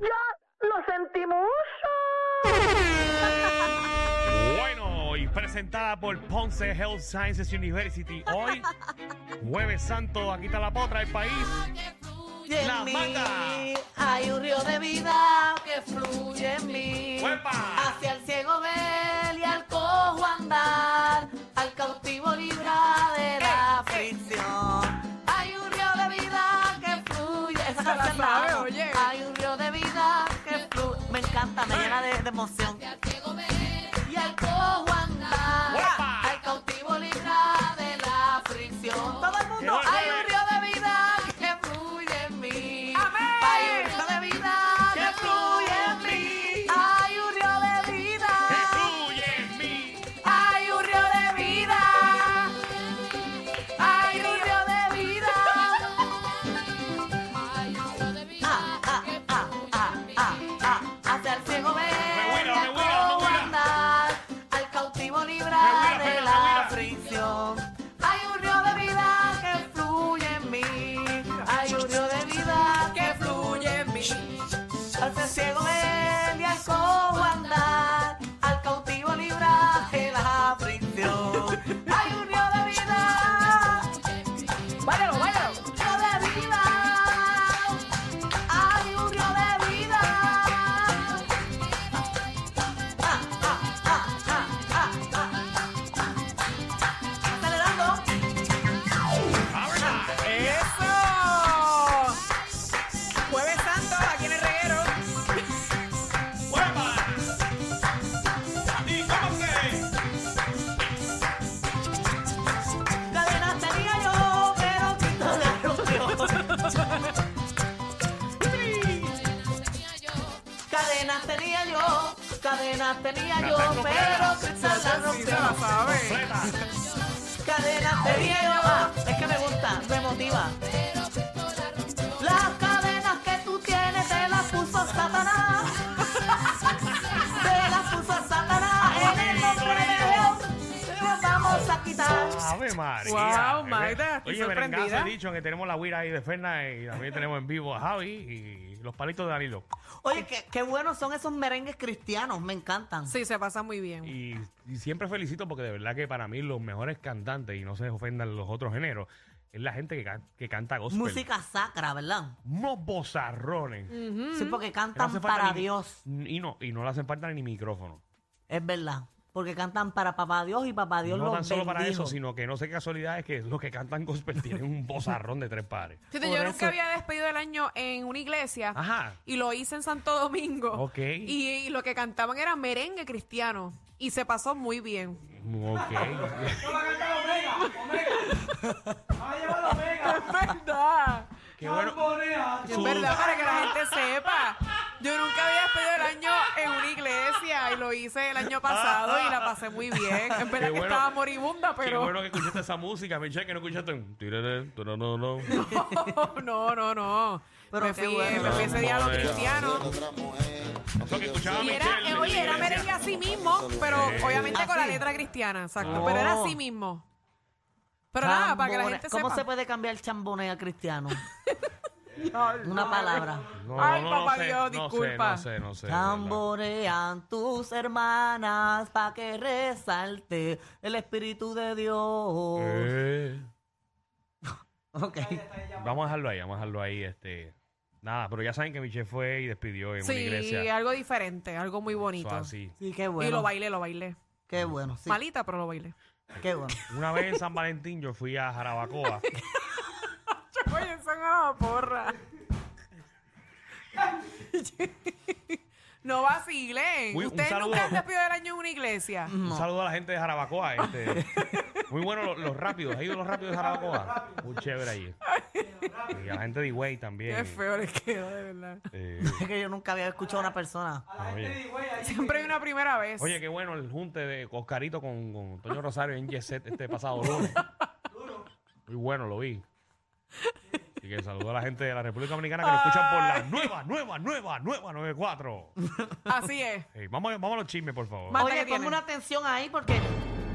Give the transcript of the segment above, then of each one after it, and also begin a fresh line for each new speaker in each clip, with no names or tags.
¡Ya lo sentimos!
Bueno, y presentada por Ponce Health Sciences University. Hoy, Jueves Santo, aquí está la potra del país.
en
La
mí
manga.
Hay un río de vida que fluye en mí.
¡Uepa!
Hacia el ciego ver y al cojo andar, al cautivo libra de la aflicción. Hay un río de vida que fluye. Esa canción la Eh. amo. Hay un río de vida que fluye. Me encanta, me llena de, de emoción. Y al cojo andar,
¡Uepa!
al cautivo libra de la aflicción. Todo el mundo.
¡Qué
Hay
bueno!
un río de vida que fluye en mí. Hay un río de vida que fluye en mí. Hay un río de
¡Que
vida.
fluye en mí!
Hay un río de vida. Hay un río de vida. Ah, ah, ah, ah, ah, ah. Hacia el ciego ver.
Me huila, me
al
huila, me
cojo
huila.
andar, Al cautivo
Me huila,
librar
me
de
huila, me
la
huila.
aflicción. Hay un río de vida que fluye en mí. Hay un río de vida que fluye en mí. Al ser ciego él y al cojo andar, al cautivo librar de la aflicción. Hay un río de vida. Báilalo, báilalo. Río de vida. Hay un río de vida. Ah, ah, ah, ah, ah, ah. Acelerando.
¡Ábrela!
¡Eso! Jueves Santo, aquí en el reguero.
¡Huepa! ¡Y cómo se!
Cadenas tenía yo, pero Cristo las rompió. Cadenas tenía yo, cadenas tenía yo,
Café con
pero
velas.
Cristo las rompió.
¡Completa!
Cadenas tenía yo, ah, es que me gusta, me motiva. Las cadenas que tú tienes te las puso Satanás. Te las puso Satanás en el nombre de Dios. Te las vamos a quitar.
¡Ave María!
Wow, Magda, estoy
Oye,
sorprendida.
Berengazo, he dicho que tenemos la guira ahí de Ferna y también tenemos en vivo a Javi y los palitos de Danilo.
Oye, qué, qué buenos son esos merengues cristianos, me encantan.
Sí, se pasa muy bien.
Y, y siempre felicito porque de verdad que para mí los mejores cantantes, y no se ofendan los otros géneros, es la gente que, can- que canta gospel.
Música sacra, ¿verdad?
Unos bozarrones.
Sí,
Mm. Que
porque
no
cantan
hace falta
Mm, para
ni-
Dios.
Y no, y no le hacen falta ni micrófono.
Es verdad. Porque cantan para papá Dios y papá Dios
no
los
tan solo para
bendijo.
eso, sino que no sé qué casualidad es que los que cantan gospel tienen un bozarrón de tres pares.
Fíjate,
Por
yo
eso-
nunca había despedido el año en una iglesia
Ajá.
y lo hice en Santo Domingo.
Ah. Ok.
Y, y lo que cantaban era merengue cristiano y se pasó muy bien.
Ok.
Es verdad.
qué bueno.
Es
Su-
verdad, para que la gente sepa. Yo nunca había despedido el año en una iglesia y lo hice el año pasado y la pasé muy bien. Es
Qué
verdad que
bueno.
estaba moribunda,
Qué
pero
bueno que escuchaste esa música, Michelle, que no escuchaste un... tiraré, tarararón.
no, no, no.
Pero
me
qué
fui,
bueno.
me fui ese día a los
Madre.
cristianos.
Eso que escuchaba
Y era,
Michelle
eh,
en
oye, era
la
merengue
iglesia.
así mismo, pero
Sí.
obviamente con la
¿Así?
letra cristiana, exacto.
Oh.
Pero era así mismo. Pero nada, para que la
Chambone-
gente
¿Cómo
sepa.
se puede cambiar chambone a cristiano? Una palabra.
No, no,
Ay,
no, no
papá
sé,
Dios,
no sé,
disculpa.
No sé, no sé. de verdad.
Chambonean tus hermanas para que resalte el Espíritu de Dios.
Eh.
Ok.
Vamos a dejarlo ahí, vamos a dejarlo ahí. Este, nada, pero ya saben que Michelle fue y despidió en una
Sí,
iglesia.
algo diferente, algo muy bonito.
Eso así.
Sí, qué
Y lo
bueno.
bailé, lo bailé.
Qué bueno, sí.
Malita, pero lo bailé.
Qué bueno.
Una vez en San Valentín yo fui a Jarabacoa.
Oye, son a la porra.
No vacilen.
Uy, un
Ustedes
saludo.
nunca han despedido el año en una iglesia.
Un saludo a la gente de Jarabacoa. Este, muy bueno lo- los, rápidos. ¿Has ido los rápidos de Jarabacoa? Muy chévere allí. Y a la gente de Higüey también.
Qué feo les quedó, de verdad.
Eh,
Es que yo nunca había escuchado a una persona.
oye,
Siempre hay una primera vez.
oye, qué bueno el junte de Oscarito con, con Toño Rosario en Yeset este pasado lunes. Muy bueno, lo vi. Así que saludo a la gente de la República Dominicana que nos escuchan por la nueva, nueva, nueva, nueva 94.
Así es.
Ey, vamos, a- vamos a los chismes, por favor.
Ma- Manda
Oye,
que
ponme
tienen.
una atención ahí porque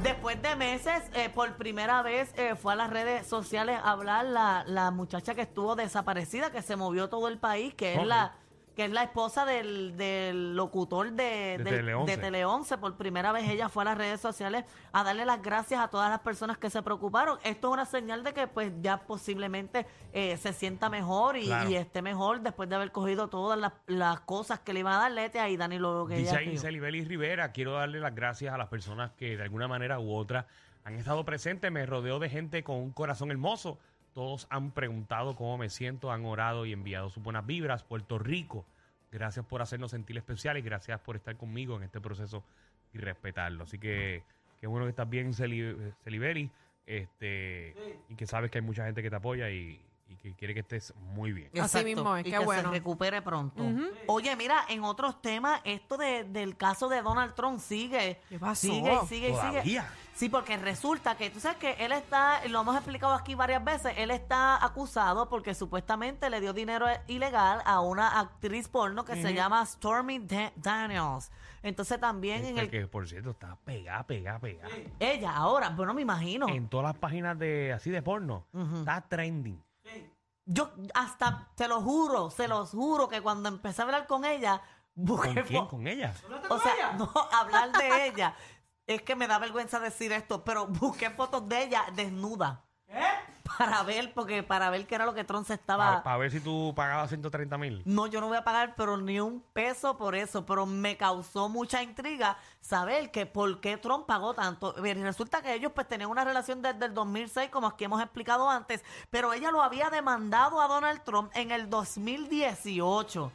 Después de meses, eh, por primera vez eh, fue a las redes sociales a hablar la, la muchacha que estuvo desaparecida, que se movió todo el país, que es
Ok.
la que es la esposa del, del locutor
De
de, del-
Tele 11.
de Tele 11. Por primera vez ella fue a las redes sociales a darle las gracias a todas las personas que se preocuparon. Esto es una señal de que pues ya posiblemente eh, se sienta mejor y,
Claro.
y esté mejor después de haber cogido todas las, las cosas que le iban a dar Lete ahí, Dani, lo que
Dice
ella
ahí
escribió.
Celibeli Rivera, quiero darle las gracias a las personas que de alguna manera u otra han estado presentes. Me rodeo de gente con un corazón hermoso. Todos han preguntado cómo me siento, han orado y enviado sus buenas vibras. Puerto Rico, gracias por hacernos sentir especiales, gracias por estar conmigo en este proceso y respetarlo. Así que qué bueno que estás bien, Celi- Celibeli, este, y que sabes que hay mucha gente que te apoya y, y que quiere que estés muy bien.
Así mismo es,
y
qué
que
bueno.
se recupere pronto. Oye, mira, en otros temas, esto de- del caso de Donald Trump sigue.
¿Qué pasó?
Sigue, y sigue, y sigue.
Todavía.
Sí, porque resulta que, tú sabes que él está, lo hemos explicado aquí varias veces, él está acusado porque supuestamente le dio dinero ilegal a una actriz porno que se llama Stormy Da- Daniels. Entonces también en
Esta
el...
Este que por cierto está pegada, pegada, pegada.
Ella ahora, bueno, me imagino.
en todas las páginas de así de porno. Está trending.
Yo hasta, te lo juro, se los juro que cuando empecé a hablar con ella,
¿Con
busqué
quién?
fo-
¿Con ella?
O sea, no hablar de ella. Es que me da vergüenza decir esto, pero busqué fotos de ella desnuda. Para ver, porque para ver qué era lo que Tron se
Para
estaba.
ver si tú pagabas 130 mil.
No, yo no voy a pagar, pero ni un peso por eso. Pero me causó mucha intriga saber que por qué Trump pagó tanto. Y resulta que ellos pues tenían una relación desde el 2006, como aquí hemos explicado antes. Pero ella lo había demandado a Donald Trump en el 2018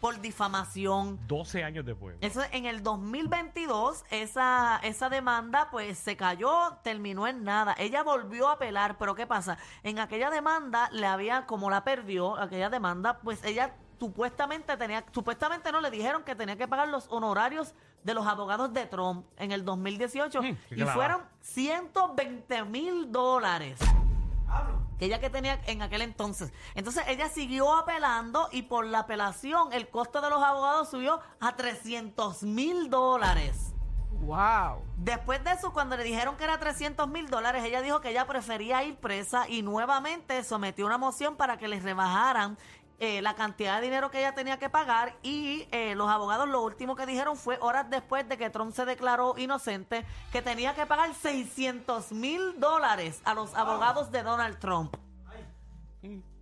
por difamación.
12 años después.
Eso, en el 2022, esa, esa demanda pues se cayó, terminó en nada. Ella volvió a apelar, pero ¿qué pasa? En aquella demanda le había, como la perdió, aquella demanda, pues ella supuestamente tenía, supuestamente no le dijeron que tenía que pagar los honorarios de los abogados de Trump en el 2018
Mm, qué
y
clavada.
fueron 120 mil dólares que ella que tenía en aquel entonces. Entonces ella siguió apelando y por la apelación el costo de los abogados subió a 300 mil dólares.
Wow.
Después de eso, cuando le dijeron que era 300 mil dólares, ella dijo que ella prefería ir presa y nuevamente sometió una moción para que les rebajaran eh, la cantidad de dinero que ella tenía que pagar y eh, los abogados lo último que dijeron fue horas después de que Trump se declaró inocente que tenía que pagar 600 mil dólares a los abogados de Donald Trump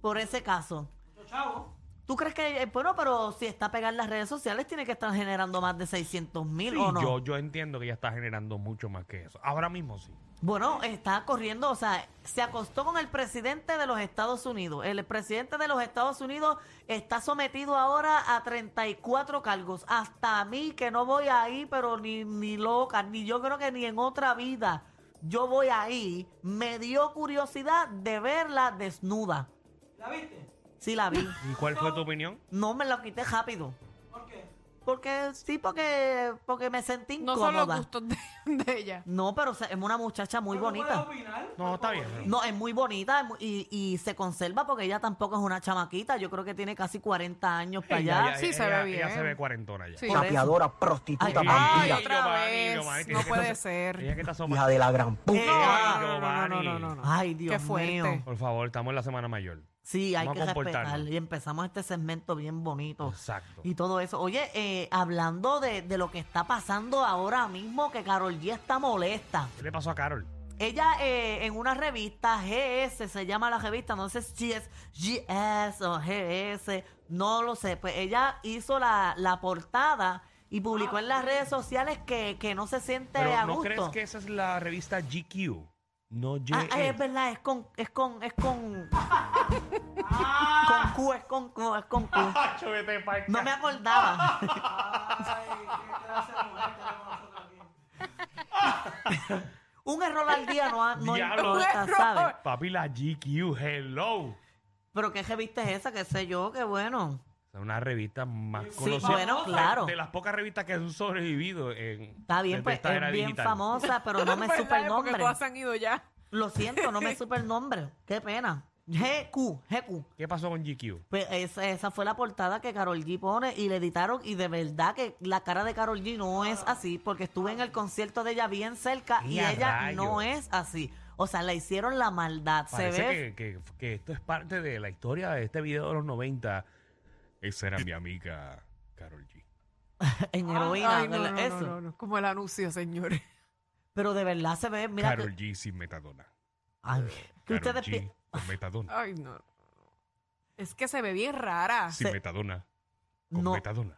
por ese caso. ¿Tú crees que, eh, bueno, pero si está pegada en las redes sociales, tiene que estar generando más de 600 mil
Sí,
o no?
yo, yo entiendo que ella está generando mucho más que eso. Ahora mismo sí.
Bueno, está corriendo, o sea, se acostó con el presidente de los Estados Unidos. El presidente de los Estados Unidos está sometido ahora a 34 cargos. Hasta a mí, que no voy ahí, pero ni, ni loca, ni yo creo que ni en otra vida yo voy ahí. Me dio curiosidad de verla desnuda. ¿La viste? Sí, la vi.
¿Y cuál fue tu opinión?
No me la quité rápido. ¿Por qué? Porque sí, porque, porque me sentí
No
incómoda.
son los gustos de, de ella.
No, pero se- es una muchacha muy bonita.
No, está bien. pero-
No, es muy bonita es mu- y, y se conserva porque ella tampoco es una chamaquita. Yo creo que tiene casi 40 años para
Ella-
allá.
ella-
sí se
ella-
ve
Ella
bien.
se ve cuarentona ya.
Sí.
Por eso.
Tapeadora, prostituta,
Ay,
Ay,
bandida,
otra
Giovanni,
vez.
Giovanni,
no
tiene que
puede
estar-
ser.
Ella que está
hija
asomada.
de la gran puta.
Eh,
No,
Ay,
no,
Giovanni.
no, no, no, no, no, no.
Ay, Dios
Qué fuerte.
mío.
Por favor, estamos en la semana mayor.
Sí, hay
Vamos
que
a comportarnos.
respetar. Y empezamos este segmento bien bonito.
Exacto.
Oh. Y todo eso. Oye, eh, hablando de, de lo que está pasando ahora mismo, que Carol G está molesta.
¿Qué le pasó a Carol?
Ella eh, en una revista, GS se llama la revista, no sé si es GS o GS, no lo sé. Pues ella hizo la, la portada y publicó en las redes sociales que, que no se siente
Ah. Pero
a
¿no
gusto.
crees que esa es la revista GQ? No, J.
Ah, ah, es verdad, es con, es con, es con. con Q, es con Q, es con Q. No me acordaba. Un error al día no, ha- no
Diablo.
importa,
Un error.
¿sabes?
Papi, la GQ, hello.
Pero qué revista es esa, qué sé yo, qué bueno.
Es una revista más
Sí,
conocida.
bueno, claro.
De, las pocas revistas que han sobrevivido en
Está bien,
desde
pues
esta
es
era
bien
digital.
famosa, pero no me
¿Verdad?
supe el
Porque
nombre.
todas se han ido ya.
Lo siento, no me supe el nombre. Qué pena. GQ, GQ.
¿Qué pasó con GQ?
Pues esa, esa fue la portada que Carol G pone y le editaron y de verdad que la cara de Carol G no es
Ah.
así porque estuve en el concierto de ella bien cerca y
¡Ea
ella
rayos!
no es así. O sea, la hicieron la maldad. Se ve
Parece que, que- que esto es parte de la historia de este video de los 90. Esa era mi amiga Carol G.
en heroína.
Ay, no, no, no,
eso.
no, no. Como el anuncio, señores.
Pero de verdad se ve, mira.
Carol
que,
G sin metadona.
Ay, que
Carol
ustedes pi-
G con metadona.
Ay, no. no, no. Es que se ve bien rara.
Sin
Ah, se-
metadona. Con
no,
metadona.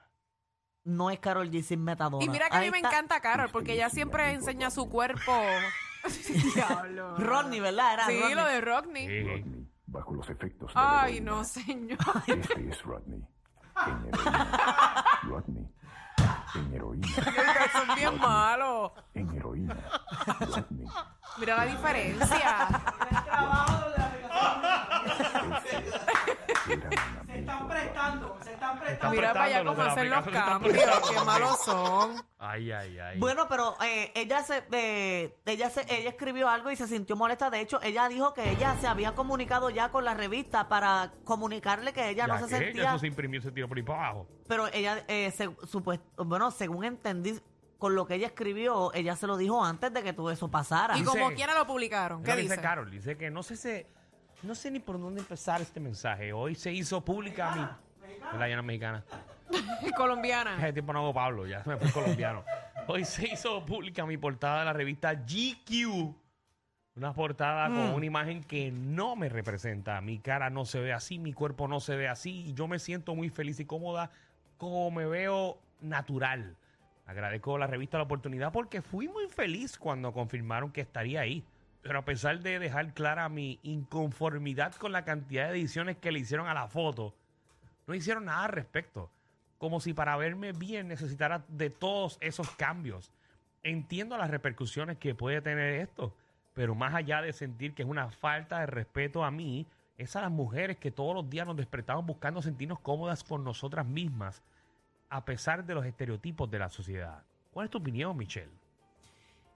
no es Carol G sin metadona.
Y mira que a
Ahí
mí me
está
encanta Carol, porque ella siempre enseña su cuerpo. Diablo.
Rodney, ¿verdad? Era
Sí,
Rodney.
lo de Rodney.
Eh, eh.
Rodney, bajo los efectos de la
Ay,
heroína.
no, señor.
Este es Rodney, en heroína. Rodney, en heroína,
Son bien malos.
en heroína. Rodney,
Mira la diferencia.
era un amigo.
Mira para allá
apretando los
cómo
de
hacen
la
los
aplicación,
cambios.
están apretando.
Qué malos son.
Ay, ay, ay.
Bueno, pero eh, ella se, eh, ella se, ella escribió algo y se sintió molesta. De hecho, ella dijo que ella se había comunicado ya con la revista para comunicarle que ella no
Ya
se
que, ya
sentía.
Eso se imprimió y se tiró por ahí para abajo.
Pero ella, eh, se- supuest- bueno, según entendí, con lo que ella escribió, ella se lo dijo antes de que todo eso pasara.
Y
con-
como quiera lo publicaron.
¿Qué
¿Qué
dice?
dice?
Carol, dice que no sé si- no sé ni por dónde empezar este mensaje. Hoy se hizo pública mi... La llana mexicana.
Colombiana.
Hace tiempo no hago Pablo, ya me fui colombiano. Hoy se hizo pública mi portada de la revista GQ. Una portada con una imagen que no me representa. Mi cara no se ve así, mi cuerpo no se ve así. Y yo me siento muy feliz y cómoda como me veo natural. Agradezco a la revista la oportunidad porque fui muy feliz cuando confirmaron que estaría ahí. Pero a pesar de dejar clara mi inconformidad con la cantidad de ediciones que le hicieron a la foto, no hicieron nada al respecto. Como si para verme bien necesitara de todos esos cambios. Entiendo las repercusiones que puede tener esto, pero más allá de sentir que es una falta de respeto a mí, es a las mujeres que todos los días nos despertamos buscando sentirnos cómodas con nosotras mismas, a pesar de los estereotipos de la sociedad. ¿Cuál es tu opinión, Michelle?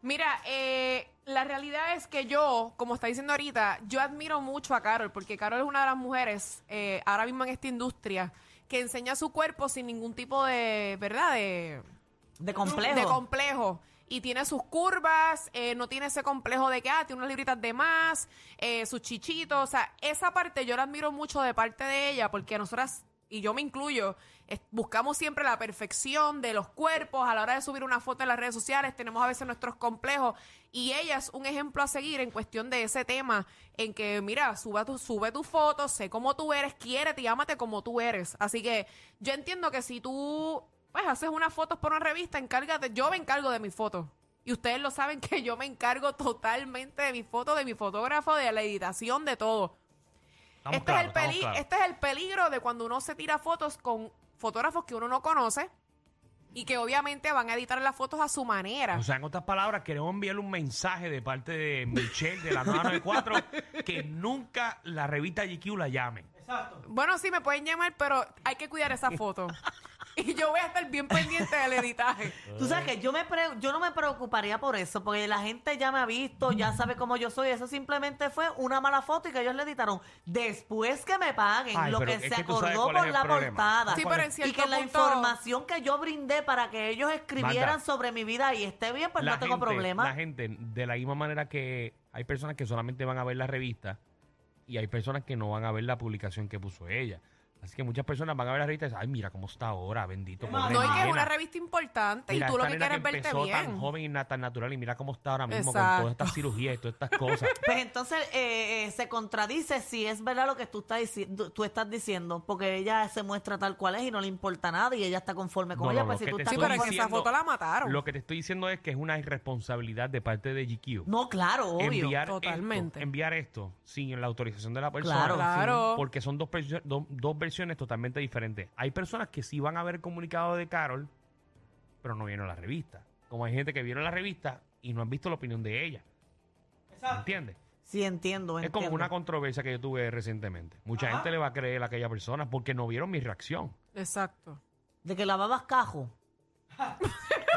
Mira, eh, la realidad es que yo, como está diciendo ahorita, yo admiro mucho a Carol, porque Carol es una de las mujeres eh, ahora mismo en esta industria que enseña su cuerpo sin ningún tipo de, ¿verdad? De,
de complejo.
de complejo. Y tiene sus curvas, eh, no tiene ese complejo de que, ah, tiene unas libritas de más, eh, sus chichitos. O sea, esa parte yo la admiro mucho de parte de ella, porque nosotras, y yo me incluyo, es- buscamos siempre la perfección de los cuerpos a la hora de subir una foto en las redes sociales, tenemos a veces nuestros complejos. Y ella es un ejemplo a seguir en cuestión de ese tema, en que, mira, suba tu, sube tu foto, sé cómo tú eres, quiérete y ámate como tú eres. Así que yo entiendo que si tú pues haces unas fotos por una revista, encárgate, yo me encargo de mis fotos. Y ustedes lo saben que yo me encargo totalmente de mis fotos, de mi fotógrafo, de la editación, de todo.
Estamos
este,
claros,
es el
estamos
peli-
claros.
este es el peligro de cuando uno se tira fotos con fotógrafos que uno no conoce y que obviamente van a editar las fotos a su manera.
O sea, en otras palabras, queremos enviarle un mensaje de parte de Michelle de la 994 que nunca la revista GQ la llame.
bueno, sí, me pueden llamar, pero hay que cuidar esa foto. y yo voy a estar bien pendiente del editaje.
Tú sabes que yo me pre- yo no me preocuparía por eso, porque la gente ya me ha visto, ya sabe cómo yo soy. Eso simplemente fue una mala foto y que ellos le editaron. Después que me paguen
Ay,
lo
pero
que
es
se
que tú sabes
acordó
cuál es
por
el
la
problema.
portada.
Sí, pero en
y
cierto
que la
punto-
información que yo brindé para que ellos escribieran
Magda,
sobre mi vida y esté bien, pues no tengo
gente-
problema.
La gente, de la misma manera que hay personas que solamente van a ver la revista y hay personas que no van a ver la publicación que puso ella. Así que muchas personas van a ver la revista y dicen, ay, mira cómo está ahora, bendito. pobre
No, y que es
nena.
una revista importante
Mira,
y tú lo
esta
que
nena
quieres es verte
empezó
bien.
tan joven y na- tan natural y mira cómo está ahora mismo con
Exacto.
todas estas cirugías y todas estas cosas.
Pues entonces eh, eh, se contradice si es verdad lo que tú estás, dici- tú- tú estás diciendo, porque ella se muestra tal cual es y no le importa nada y ella está conforme con
No,
ella.
no,
pues
lo
si
que
tú
te
estás
Sí,
estoy
pero
conforme-
es que esa
diciendo-
foto la mataron.
Lo que te estoy diciendo es que es una irresponsabilidad de parte de GQ.
No, claro, obvio.
enviar
totalmente.
Esto, enviar esto sin la autorización de la persona.
Claro,
Claro.
Porque son dos, perso- do- dos versiones totalmente diferentes. Hay personas que sí van a ver comunicado de Carol, pero no vieron la revista. Como hay gente que vieron la revista y no han visto la opinión de ella. ¿Entiendes?
Sí, entiendo,
Es
Pues entiendo.
como una controversia que yo tuve recientemente. Mucha gente le va a creer a aquella persona porque no vieron mi reacción.
Exacto.
De que lavabas cajo.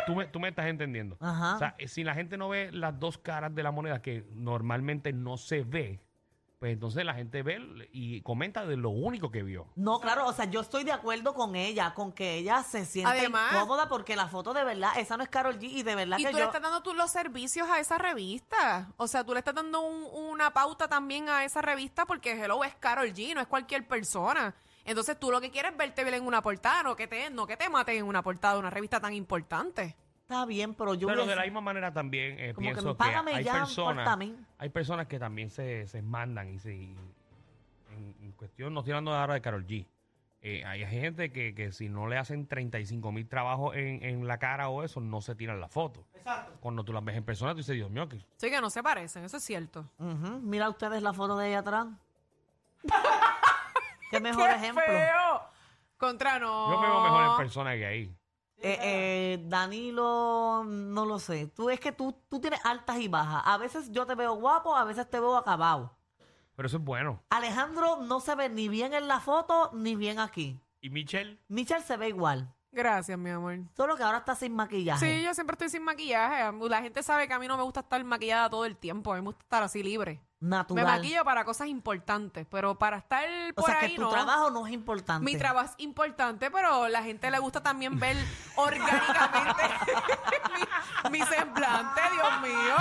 Tú me, tú me estás entendiendo.
Ajá.
eh, O sea, si la gente no ve las dos caras de la moneda que normalmente no se ve, pues pues entonces la gente ve y comenta de lo único que vio.
No, claro, o sea, yo estoy de acuerdo con ella, con que ella se sienta
Además-
incómoda porque la foto de verdad, esa no es Carol G y de verdad
Y
que
tú
yo...
le estás dando tú los servicios a esa revista. O sea, tú le estás dando un- una pauta también a esa revista porque Hello es Carol G, no es cualquier persona. Entonces tú lo que quieres es verte bien en una portada, no que te, no que te maten en una portada de una revista tan importante.
Está bien, pero yo...
Pero
hubiese-
de la misma manera también eh,
Como que
pienso que,
págame
hay
ya,
personas,
pórtame.
hay personas que también se, se mandan y se y- en, en cuestión, no estoy hablando ahora de Carol G. Eh, hay gente que, que si no le hacen 35 mil trabajos en, en la cara o eso, no se tiran la foto. Exacto. Cuando tú las ves en persona, tú dices, Dios mío, que
Así que no se parecen, eso es cierto.
Ujú, Mira ustedes la foto de ella atrás. Qué mejor ejemplo.
¡Feo! Contra no.
yo me veo mejor
Ah.
en persona que ahí.
Eh, eh, Danilo, no lo sé. Tú es que tú, tú tienes altas y bajas. A veces yo te veo guapo, a veces te veo acabado.
Pero eso es bueno.
Alejandro no se ve ni bien en la foto ni bien aquí.
¿Y Michelle?
Michelle se ve igual.
Gracias, mi amor.
Solo que ahora está sin maquillaje.
Sí, yo siempre estoy sin maquillaje. La gente sabe que a mí no me gusta estar maquillada todo el tiempo. A mí me gusta estar así libre.
natural.
Me maquillo para cosas importantes, pero para estar
o
por
sea
ahí
que tu
no.
trabajo no es importante.
Mi trabajo es importante, pero la gente le gusta también ver orgánicamente mi, mi semblante, Dios mío.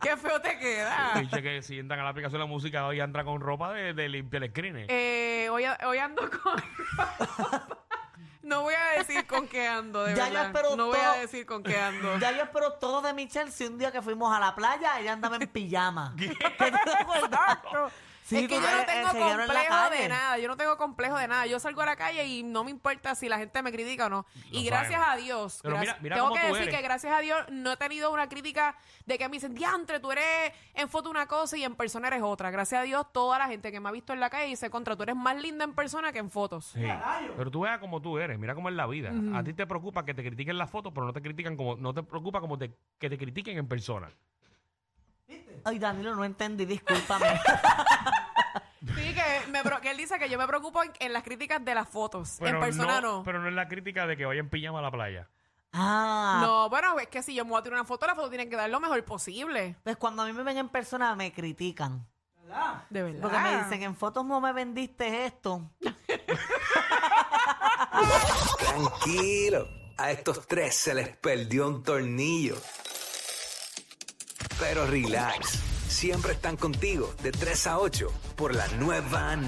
Qué feo te queda.
Dice que si entran a la aplicación de la música hoy entra con ropa de, de limpiar el screen.
Eh, hoy, hoy ando con... no voy a decir con qué ando, de
Ya yo
verdad.
espero
no voy a
todo-
decir con qué ando.
Ya yo espero todo de Michelle. Si un día que fuimos a la playa, ella andaba en pijama. ¿Qué? Exacto.
es que yo
eh,
no tengo complejo de nada, yo no tengo complejo de nada. Yo salgo a la calle y no me importa si la gente me critica o no. y
Lo
gracias
sabemos.
a Dios,
Pero
gracias-
mira- mira
tengo
cómo
que
tú
decir
eres.
que gracias a Dios no he tenido una crítica de que me dicen, diantre, tú eres en foto una cosa y en persona eres otra. Gracias a Dios, toda la gente que me ha visto en la calle dice, contra, tú eres más linda en persona que en fotos.
Sí. Pero tú veas como tú eres, mira cómo es la vida. A ti te preocupa que te critiquen las fotos, pero no te critican como, no te preocupa como te, que te critiquen en persona.
Ay, Danilo, no entendí, discúlpame.
Sí, que, me pro- que él dice que yo me preocupo en, en las críticas de las fotos,
Pero
en persona no.
Pero no es la crítica de que vayan pijama a la playa.
ah.
No, bueno, es que si yo me voy a tirar una foto, la foto tiene que dar lo mejor posible.
Pues cuando a mí me ven en persona me critican.
De verdad.
Porque me dicen, en fotos no me vendiste esto.
Tranquilo, a estos tres se les perdió un tornillo. Pero relax, siempre están contigo de 3 a 8 por la nueva